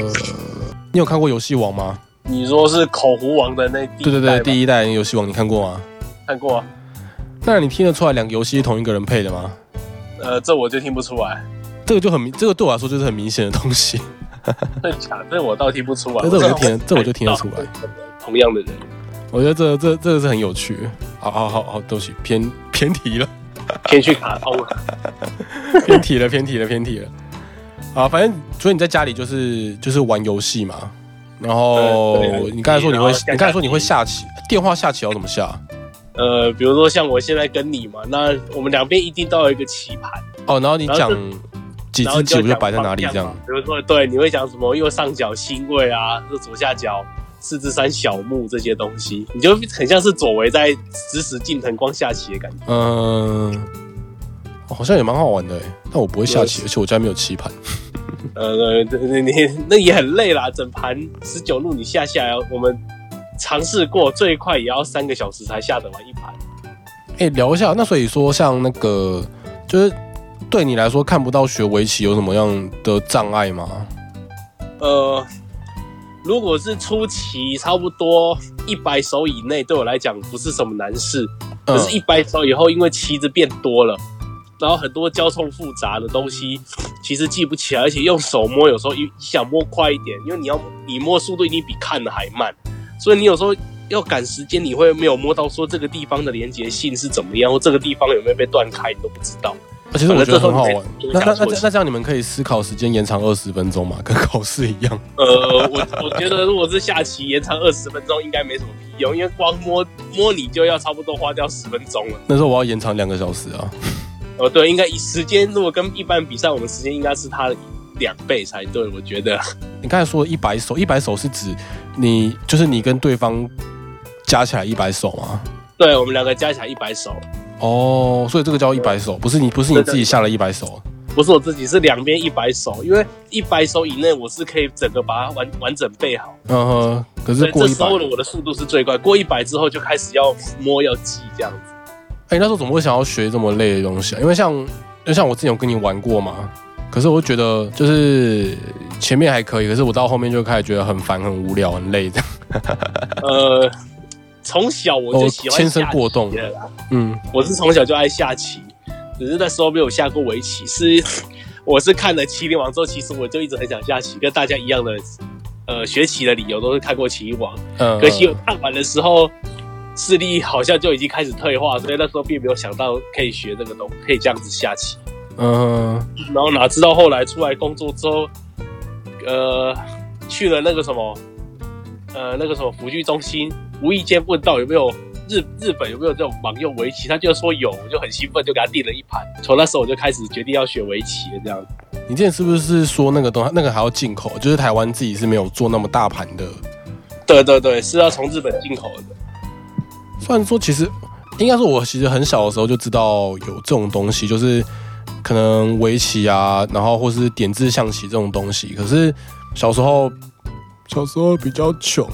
S1: 你有看过游戏王吗？
S2: 你说是口胡王的那第一
S1: 对对对，
S2: 一
S1: 第一代游戏王你看过吗？
S2: 看过啊，
S1: 那你听得出来两个游戏是同一个人配的吗？
S2: 呃，这我就听不出来，
S1: 这个就很明，这个对我来说就是很明显的东西。
S2: 真的假的？这我倒听不出来，
S1: 哎这我就听得，
S2: 真的
S1: 这我就听得出来。
S2: 同样的人。
S1: 我觉得这这这个是很有趣的。好好好好，对不起，偏偏题了，
S2: 偏去卡通啊了，
S1: 偏题了，偏题了，偏题了。啊，反正所以你在家里就是就是玩游戏嘛，然后
S2: 对对
S1: 你刚才说你会
S2: 然后下，棋
S1: 你刚才说你会下棋，电话下棋要怎么下？
S2: 呃，比如说像我现在跟你嘛，那我们两边一定都有一个棋盘，
S1: 哦，然后你
S2: 然后
S1: 讲
S2: 就
S1: 几
S2: 然后
S1: 只
S2: 就
S1: 九就
S2: 讲
S1: 摆在哪里
S2: 方
S1: 这
S2: 向
S1: 样
S2: 嘛。。比如说，对，你会讲什么右上角星位啊，或者左下角四至三小目这些东西，你就很像是左为在支持近藤光下棋的感觉。
S1: 嗯、哦好像也蛮好玩的欸，但我不会下棋，而且我家没有棋盘。
S2: 呃，你你那也很累啦，整盘十九路你下下来，我们尝试过，最快也要三个小时才下得完一盘。
S1: 哎、聊一下，那所以说像那个，就是对你来说看不到学围棋有什么样的障碍吗？
S2: 呃，如果是初期，差不多一百手以内，对我来讲不是什么难事。可
S1: 嗯
S2: 是，一百手以后，因为棋子变多了，然后很多交错复杂的东西，其实记不起来，而且用手摸有时候一想摸快一点，因为你要你摸速度一定比看的还慢，所以你有时候。要赶时间，你会没有摸到说这个地方的连接性是怎么样，或这个地方有没有被断开，你都不知道。
S1: 其实我觉得很好玩
S2: 反正。最
S1: 那
S2: 后你
S1: 那
S2: 得
S1: 那
S2: 就是下错棋
S1: 那这样，你们可以思考时间延长二十分钟嘛，跟考试一样。
S2: 呃，我我觉得如果是下棋延长二十分钟，应该没什么屁用，因为光摸摸你就要差不多花掉十分钟了。
S1: 那时候我要延长两个小时啊。
S2: 呃，对，应该以时间如果跟一般比赛，我们时间应该是它的两倍才对，我觉得。
S1: 你刚才说的一百手，一百手是指你就是你跟对方加起来一百手吗？
S2: 对我们两个加起来一百手，
S1: 哦，所以这个叫一百手，不是你不是你自己下了一百手。
S2: 不是我自己，是两边一百手，因为一百手以内我是可以整个把它完完整备好。
S1: 嗯哼，可
S2: 所
S1: 是
S2: 以
S1: 过
S2: 这
S1: 一
S2: 时
S1: 百，
S2: 候的我的速度是最快，过一百之后就开始要摸要记这样子。
S1: 哎、那时候怎么会想要学这么累的东西啊？因为像，就像我之前有跟你玩过嘛，可是我就觉得就是前面还可以，可是我到后面就开始觉得很烦、很无聊、很累这样。
S2: 呃，从小我
S1: 哦
S2: 就喜欢
S1: 天生
S2: 下
S1: 过动
S2: 棋啊了啦
S1: 嗯，
S2: 我是从小就爱下棋，只是那时候没有下过围棋。是 我是看了《麒麟王》之后，其实我就一直很想下棋，跟大家一样的，呃，学棋的理由都是看过《麒麟王》，
S1: 呃，
S2: 可惜我看完的时候，视力好像就已经开始退化，所以那时候并没有想到可以学这个东，可以这样子下棋。
S1: 嗯、
S2: 然后哪知道后来出来工作之后，呃，去了那个什么，呃，那个什么辅具中心，无意间问到有没有日日本有没有这种盲用围棋，他就说有，我就很兴奋，就给他订了一盘。从那时候我就开始决定要学围棋了，这样。
S1: 你之前是不是说那个东那个还要进口？就是台湾自己是没有做那么大盘的。
S2: 对对对，是要从日本进口的。
S1: 虽然说其实应该是我其实很小的时候就知道有这种东西，就是可能围棋啊，然后或是点字象棋这种东西。可是小时候小时候比较穷，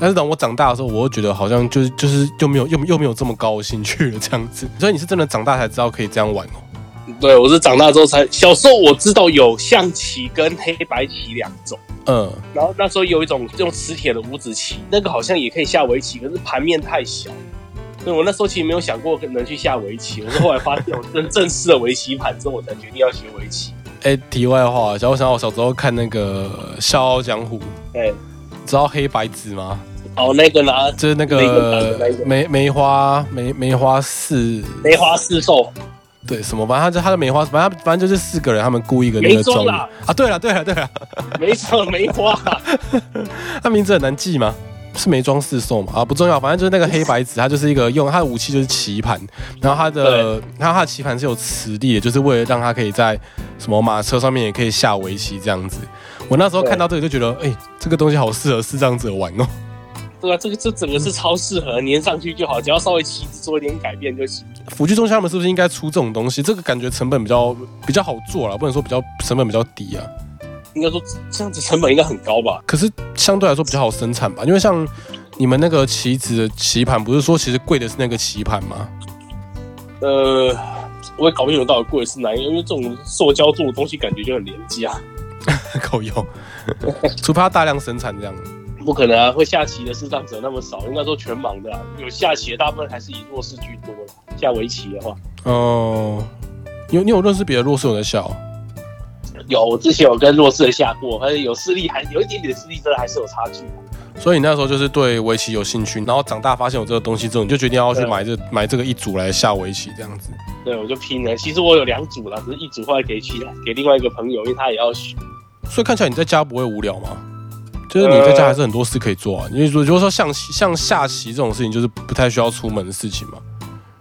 S1: 但是等我长大的时候，我又觉得好像就是就是又没有又又没有这么高的兴趣了这样子。所以你是真的长大才知道可以这样玩哦。
S2: 对，我是长大之后才，小时候我知道有象棋跟黑白棋两种，
S1: 嗯，
S2: 然后那时候有一种用磁铁的五子棋，那个好像也可以下围棋，可是盘面太小。所以我那时候其实没有想过可能去下围棋，我是后来发现我真正式的围棋盘之后，我才决定要学围棋。
S1: 哎、题外话，小我想到我小时候看那个《笑傲江湖》，
S2: 哎，
S1: 知道黑白子吗？
S2: 哦，那个拿
S1: 就是那
S2: 那个版的那
S1: 个
S2: 一个
S1: 梅梅花梅梅花四
S2: 梅花四兽，
S1: 对什么，反正他就他的梅花，反正他反正就是四个人，他们雇一个那
S2: 梅
S1: 个
S2: 庄
S1: 庄园
S2: 啦
S1: 啊。对了对了对了，
S2: 梅场梅花，
S1: 他名字很难记吗？是梅庄四兽嘛？啊，不重要，反正就是那个黑白子，他就是一个用他的武器就是棋盘，然后他的然后他的棋盘是有磁力的，就是为了让他可以在什么马车上面也可以下围棋这样子。我那时候
S2: 对
S1: 看到这个就觉得，哎、这个东西好适合视障者玩哦。
S2: 对啊，这个这整个是超适合粘上去就好，只要稍微棋子做一点改变就行。
S1: 辅具中心他们是不是应该出这种东西？这个感觉成本比较比较好做啦，不能说比较成本比较低啊。
S2: 应该说这样子成本应该很高吧？
S1: 可是相对来说比较好生产吧，因为像你们那个棋子的棋盘，不是说其实贵的是那个棋盘吗？
S2: 呃，我也搞不清楚到底贵的是哪一个，因为这种塑胶做的东西感觉就很廉价，
S1: 够用， 除非它大量生产这样。
S2: 不可能啊！会下棋的视障者那么少，应该说全盲的、啊，有下棋的大部分还是以弱势居多了。下围棋的话，
S1: 哦、你有你有认识别的弱势人的小？
S2: 有我之前有跟弱势的下过，但是有视力还有一点点视力，真的还是有差距啊的、
S1: 所以你那时候就是对围棋有兴趣，然后长大发现有这个东西之后，你就决定要去
S2: 对
S1: 买这买这个一组来下围棋这样子。
S2: 对，我就拼了。其实我有两组啦，只是一组后来给其他给另外一个朋友，因为他也要学。
S1: 所以看起来你在家不会无聊吗？就是你
S2: 呃
S1: 在家还是很多事可以做啊。你如果说像棋像下棋这种事情，就是不太需要出门的事情嘛。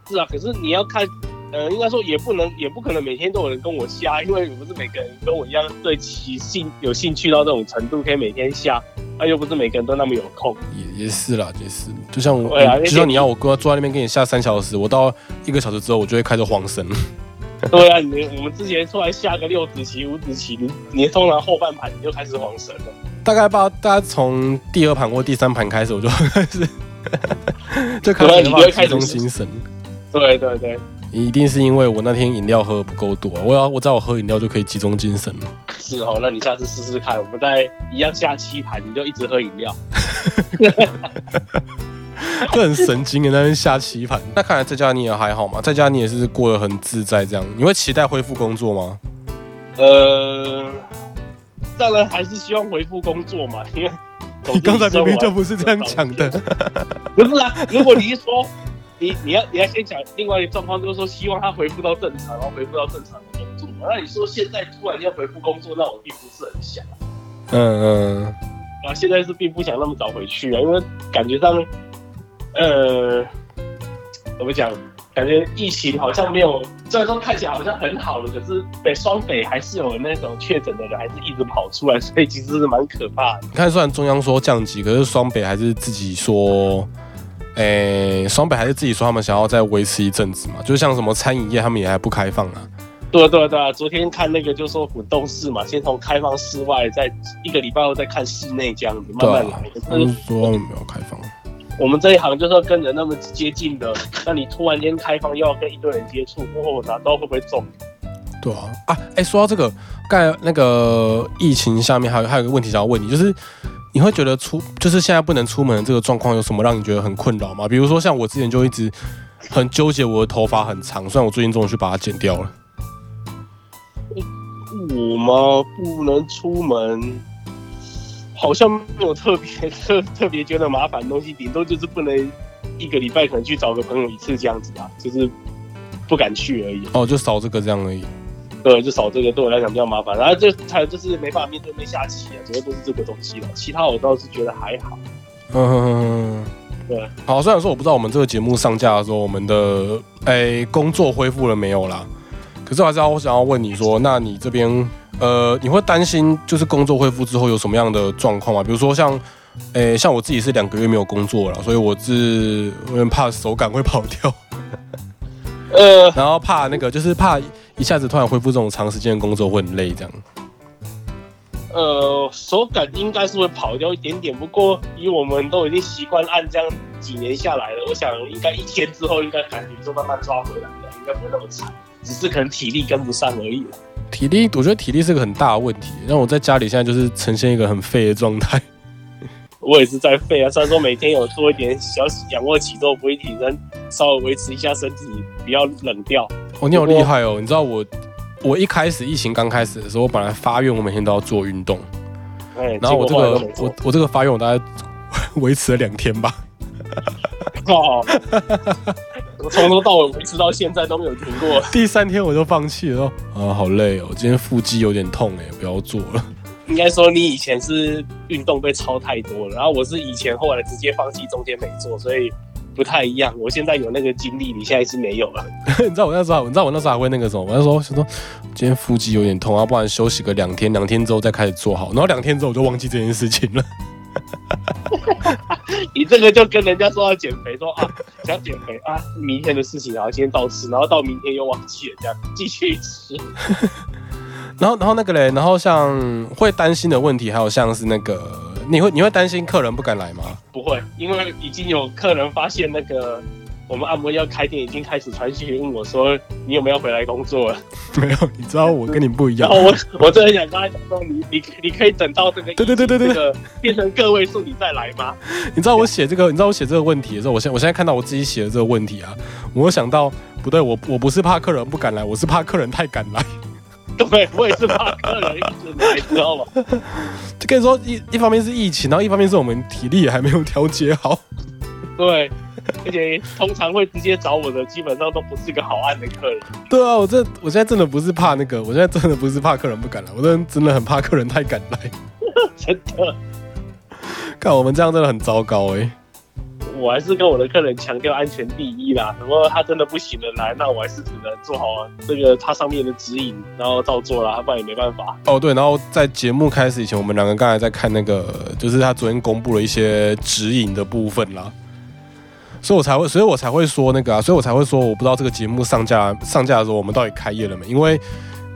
S2: 是啊，可是你要看，呃，应该说也不能，也不可能每天都有人跟我下，因为不是每个人跟我一样对棋兴有兴趣到这种程度，可以每天下，那、又不是每个人都那么有空。
S1: 也也是啦，也是，就像我，
S2: 对啊
S1: 你
S2: 而且
S1: 就像你要我跟坐在那边给你下三小时，我到一个小时之后，我就会开始晃神。
S2: 对啊，你我们之前出来下个六子棋、五子棋，你你通常后半盘你就开始晃神了。
S1: 大概吧，大家从第二盘或第三盘开始，我就开始 就开
S2: 对啊
S1: 始
S2: 你
S1: 没
S2: 就
S1: 办
S2: 会开
S1: 法集
S2: 始
S1: 中心神。
S2: 对对对，
S1: 一定是因为我那天饮料喝得不够多，啊我要我只要我喝饮料就可以集中精神了。
S2: 是哦，那你下次试试看，我们再一样下七盘，你就一直喝饮料。
S1: 这很神经的，在那边下棋盘。那看来在家你也还好嘛，在家你也是过得很自在，这样你会期待恢复工作吗？
S2: 呃，当然还是希望回复工作嘛，因为
S1: 你刚才明明就不是这样讲的。
S2: 不是啊，如果你一说，你你要你要先讲另外一个状况，就是说希望他恢复到正常，然后恢复到正常的工作嘛。那你说现在突然要恢复工作，那我并不是很想
S1: 嗯嗯，
S2: 啊。现在是并不想那么早回去啊，因为感觉上，呃，怎么讲？感觉疫情好像没有，虽然说看起来好像很好了，可是北双北还是有那种确诊的人，还是一直跑出来，所以其实是蛮可怕的。
S1: 你看虽然中央说降级，可是双北还是自己说。诶、双北还是自己说他们想要再维持一阵子嘛，就像什么餐饮业，他们也还不开放啊。
S2: 对啊对啊对啊，昨天看那个就说滚动式嘛，先从开放室外，再一个礼拜后再看室内这样子，慢
S1: 对
S2: 慢
S1: 啊
S2: 来。，
S1: 他
S2: 可是
S1: 们说他们没有开放。
S2: 我们这一行就是要跟人那么接近的，那你突然间开放又要跟一堆人接触，过后我哪知道会不会中？
S1: 对啊，啊，哎、说到这个，刚才那个疫情下面还有还有一个问题想要问你，就是你会觉得出就是现在不能出门的这个状况有什么让你觉得很困扰吗？比如说像我之前就一直很纠结我的头发很长，虽然我最近终于去把它剪掉了。
S2: 我吗？不能出门，好像没有特别 特特别觉得麻烦的东西，顶多就是不能一个礼拜可能去找个朋友一次这样子吧，就是不敢去而已。
S1: 哦，就少这个这样而已。
S2: 对，就少这个对我来讲比较麻烦。然后这还有就是没办法面对面下棋啊，主要都是这个东西了。其他我倒是觉得还好。
S1: 嗯哼哼哼，
S2: 对。
S1: 好，虽然说我不知道我们这个节目上架的时候，我们的诶、工作恢复了没有啦，可是我还是要我想要问你说，那你这边呃，你会担心就是工作恢复之后有什么样的状况吗？比如说像诶、像我自己是两个月没有工作了，所以我是有点怕手感会跑掉，
S2: 呃，
S1: 然后怕那个就是怕一下子突然恢复这种长时间的工作会很累这样。
S2: 呃，手感应该是会跑掉一点点，不过以我们都已经习惯按这样几年下来了，我想应该一天之后应该感觉就慢慢抓回来了，应该不会那么惨，只是可能体力跟不上而已了。
S1: 体力，我觉得体力是个很大的问题。让我在家里现在就是呈现一个很废的状态。
S2: 我也是在废啊，虽然说每天有做一点小仰卧起坐、不会体身，稍微维持一下身体，不要冷掉。
S1: 哦，你好厉害哦！你知道我，我一开始疫情刚开始的时候，我本来发愿我每天都要做运动，
S2: 哎，
S1: 然后我这
S2: 结 果
S1: 个
S2: 后来都没做
S1: 我我这个发愿我大概 维持了两天吧。
S2: 靠，我 从头到尾维持到现在都没有停过。
S1: 第三天我就放弃了，啊，好累哦，今天腹肌有点痛哎，不要做了。
S2: 应该说你以前是运动被超太多了，然后我是以前后来直接放弃，中间没做，所以不太一样。我现在有那个精力，你现在是没有 了。
S1: 你知道我那时候，你知道我那时候还会那个什么，我那时候想说今天腹肌有点痛啊，不然休息个两天，两天之后再开始做好。然后两天之后我就忘记这件事情了。
S2: 你这个就跟人家说要减肥，说啊想减肥啊，明天的事情，然后今天到吃，然后到明天又忘记了，这样继续吃。
S1: 然后，然后那个嘞，然后像会担心的问题，还有像是那个，你会你会担心客人不敢来吗？
S2: 不会，因为已经有客人发现那个我们按摩要开店，已经开始传讯问我说你有没有回来工作了。
S1: 没有，你知道我跟你不一
S2: 然
S1: 样
S2: 后。我我真的想跟他讲说，你你你可以等到这个
S1: 对对对对对
S2: 这个变成个位数你再来吗？
S1: 你知道我写这个，你知道我写这个问题的时候，我现我现在看到我自己写的这个问题啊，我想到不对，我我不是怕客人不敢来，我是怕客人太敢来。
S2: 对我也是怕客人一直来，知道吗？
S1: 就跟你说，一一方面是疫情，然后一方面是我们体力也还没有调节好。
S2: 对，而且通常会直接找我的，基本上都不是个好按的客人。
S1: 对啊，我这我现在真的不是怕那个，我现在真的不是怕客人不敢来，我真的真的很怕客人太敢来。
S2: 真的，
S1: 看我们这样真的很糟糕哎、
S2: 我还是跟我的客人强调安全第一啦。如果他真的不行了来，那我还是只能做好这个他上面的指引，然后照做啦，不然也没办法。
S1: 哦，对，然后在节目开始以前，我们两个刚才在看那个，就是他昨天公布了一些指引的部分啦，所以我才会，所以我才会说那个啊，所以我才会说，我不知道这个节目上架上架的时候，我们到底开业了没？因为，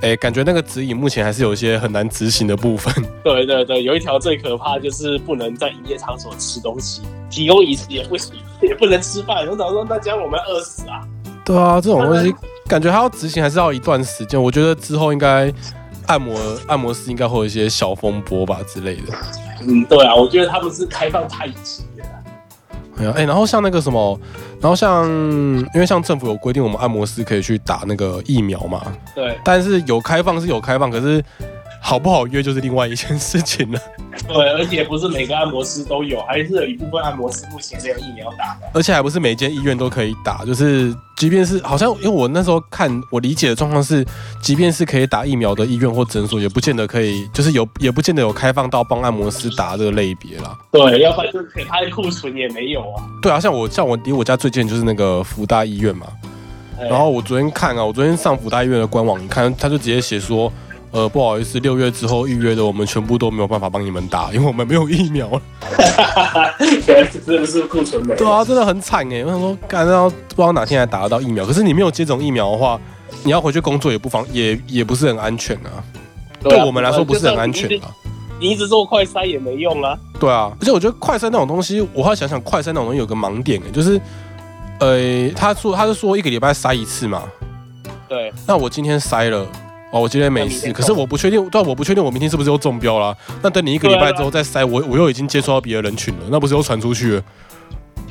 S1: 诶，感觉那个指引目前还是有一些很难执行的部分。
S2: 对对对，有一条最可怕就是不能在营业场所吃东西，提供饮食也不行，也不能吃饭。我想说，那这样我们饿死啊！
S1: 对啊，这种东西感觉它要执行还是要一段时间。我觉得之后应该按摩按摩师应该会有一些小风波吧之类的。
S2: 嗯，对啊，我觉得他们是开放太急了。
S1: 哎呀，哎，然后像那个什么，然后像因为像政府有规定，我们按摩师可以去打那个疫苗嘛，
S2: 对，
S1: 但是有开放是有开放，可是好不好约就是另外一件事情了。
S2: 对，而且不是每个按摩师都有，还是有一部分按摩师目前没有疫苗打的。
S1: 而且还不是每间医院都可以打，就是即便是好像因为我那时候看我理解的状况是，即便是可以打疫苗的医院或诊所，也不见得可以，就是有也不见得有开放到帮按摩师打这个类别啦。
S2: 对，要不然就是他的库存也没有啊。
S1: 对啊，像我像我离我家最近就是那个福大医院嘛，
S2: 哎
S1: 然后我昨天看啊，我昨天上福大医院的官网一看，他就直接写说，呃，不好意思，六月之后预约的我们全部都没有办法帮你们打，因为我们没有疫苗了。
S2: 对， 是不是库存没有？
S1: 对啊，真的很惨哎、我想说，干然后不知道哪天还打得到疫苗，可是你没有接种疫苗的话，你要回去工作也不方也也不是很安全啊。
S2: 对啊
S1: 我们来说不是很安全啊。
S2: 你一直做快筛也没用啊。
S1: 对啊，而且我觉得快餐那种东西，我后来想想，快餐那种东西有个盲点、欸，就是，呃，他说他是说一个礼拜塞一次嘛，
S2: 对，
S1: 那我今天塞了，哦，我今天没
S2: 那明
S1: 事，
S2: 天
S1: 可是我不确定，对啊，我不确定我明天是不是又中标啦。那等你一个礼
S2: 对啊
S1: 拜之后再塞，我我又已经接触到别的人群了，那不是又传出去了？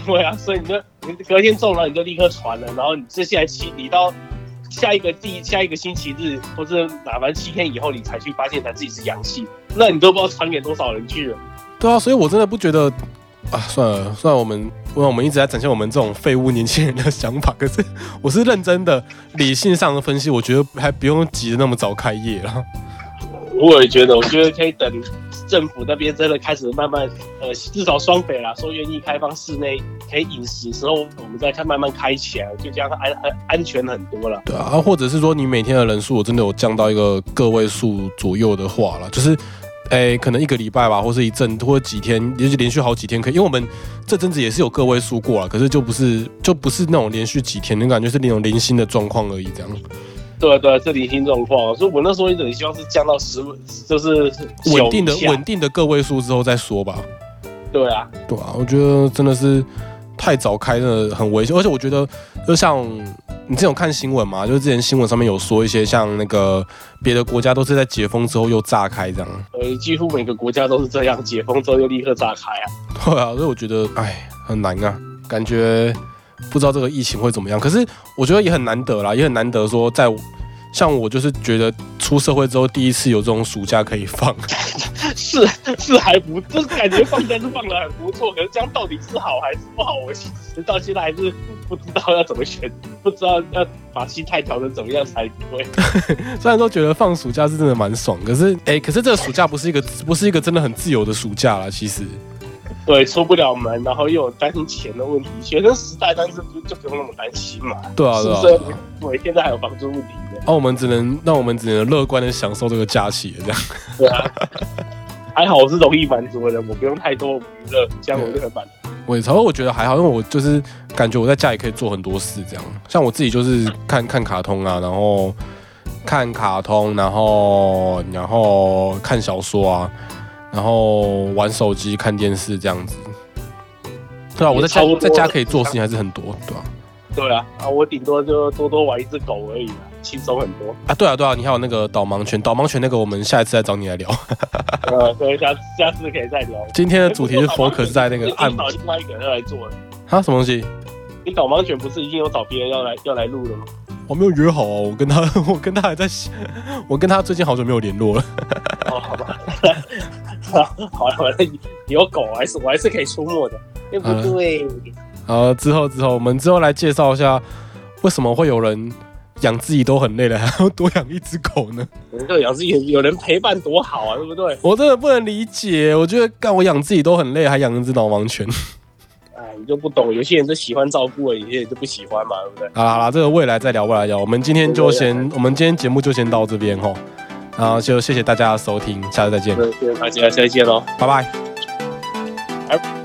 S2: 对啊，所以你就你隔天中了，你就立刻传了，然后你接下来七，你到下一个第下一个星期日，或者哪完七天以后，你才去发现他自己是阳性，那你都不知道传给多少人去了。
S1: 对啊，所以我真的不觉得啊，算了，算了，我们我我们一直在展现我们这种废物年轻人的想法，可是我是认真的、理性上的分析，我觉得还不用急着那么早开业啦。
S2: 我也觉得，我觉得可以等政府那边真的开始慢慢，呃，至少双北啦，说愿意开放室内可以饮食时候，我们再看慢慢开起来，就这样安安安全很多了。
S1: 对啊，啊或者是说你每天的人数我真的有降到一个个位数左右的话了，就是。哎，可能一个礼拜吧，或是一阵，或者几天，也就连续好几天可以。因为我们这阵子也是有个位数过了，可是就不是就不是那种连续几天，那感觉是那种零星的状况而已，这样。
S2: 对啊对啊，是零星状况啊，所以我那时候一直很希望是降到十，就是9
S1: 稳定的
S2: 以下
S1: 稳定的个位数之后再说吧。
S2: 对啊，
S1: 对啊，我觉得真的是太早开真的很危险，而且我觉得就像你这种看新闻嘛，就是之前新闻上面有说一些像那个别的国家都是在解封之后又炸开这样，
S2: 呃，几乎每个国家都是这样，解封之后就立刻炸开啊。
S1: 对啊，所以我觉得哎很难啊，感觉不知道这个疫情会怎么样，可是我觉得也很难得啦，也很难得说在像我就是觉得出社会之后第一次有这种暑假可以放，
S2: 是是还不，就是感觉放假是放的很不错，可是这样到底是好还是不好，我其实到现在还是不知道要怎么选，不知道要把心态调整怎么样才对。
S1: 虽然说觉得放暑假是真的蛮爽，可是哎、可是这个暑假不是一个不是一个真的很自由的暑假啦，其实。
S2: 对，出不了门，然后又有担心钱的问题。学生时代，但是不就不用那么担心嘛？
S1: 对啊，
S2: 是
S1: 对
S2: 不
S1: 啊，
S2: 是
S1: 对啊？
S2: 对，现在还有房租问题的，
S1: 那、我们只能，那我们只能乐观的享受这个假期，这样。
S2: 对啊。还好我是容易满足的人，我不用太多娱乐，这样我就很满足。
S1: 我也，然后我觉得还好，因为我就是感觉我在家里可以做很多事，这样。像我自己就是看看卡通啊，然后看卡通，然后然后看小说啊，然后玩手机、看电视这样子。对啊，我在家
S2: 差不多
S1: 在家可以做事情还是很多，对啊。
S2: 对啊，啊，我顶多就多多玩一只狗而已啦，轻松很多。
S1: 啊，对啊，对啊，你还有那个导盲犬，导盲犬那个我们下一次再找你来聊。
S2: 呃，对，下次下次可以再聊。
S1: 今天的主题是
S2: 哎不过导盲犬
S1: focus 在那个
S2: 一定
S1: 按摩
S2: 找另外一个人来做的。
S1: 啊什么东西？
S2: 你导盲犬不是已经有找别人要来要来录了吗？
S1: 我没有约好哦，我跟他， 我跟他还在，我跟他最近好久没有联络了。
S2: 哦，好吧， 好了，反正有狗还是我还是可以出没的，对不
S1: 嗯
S2: 对？
S1: 好，之后之后，我们之后来介绍一下为什么会有人养自己都很累了，还要多养一只狗呢？
S2: 能够养自己有人陪伴多好啊，对不对？
S1: 我真的不能理解，我觉得干我养自己都很累，还养一只导盲 犬。
S2: 哎，你就不懂，有些人就喜欢照顾，有些人就不喜欢嘛，对不对？
S1: 好啦好啦，这个未来再聊，未来聊。我们今天就先，我们今天节目就先到这边吼，然后就谢谢大家的收听，下次再见，
S2: 那大家再见喽。
S1: 拜拜。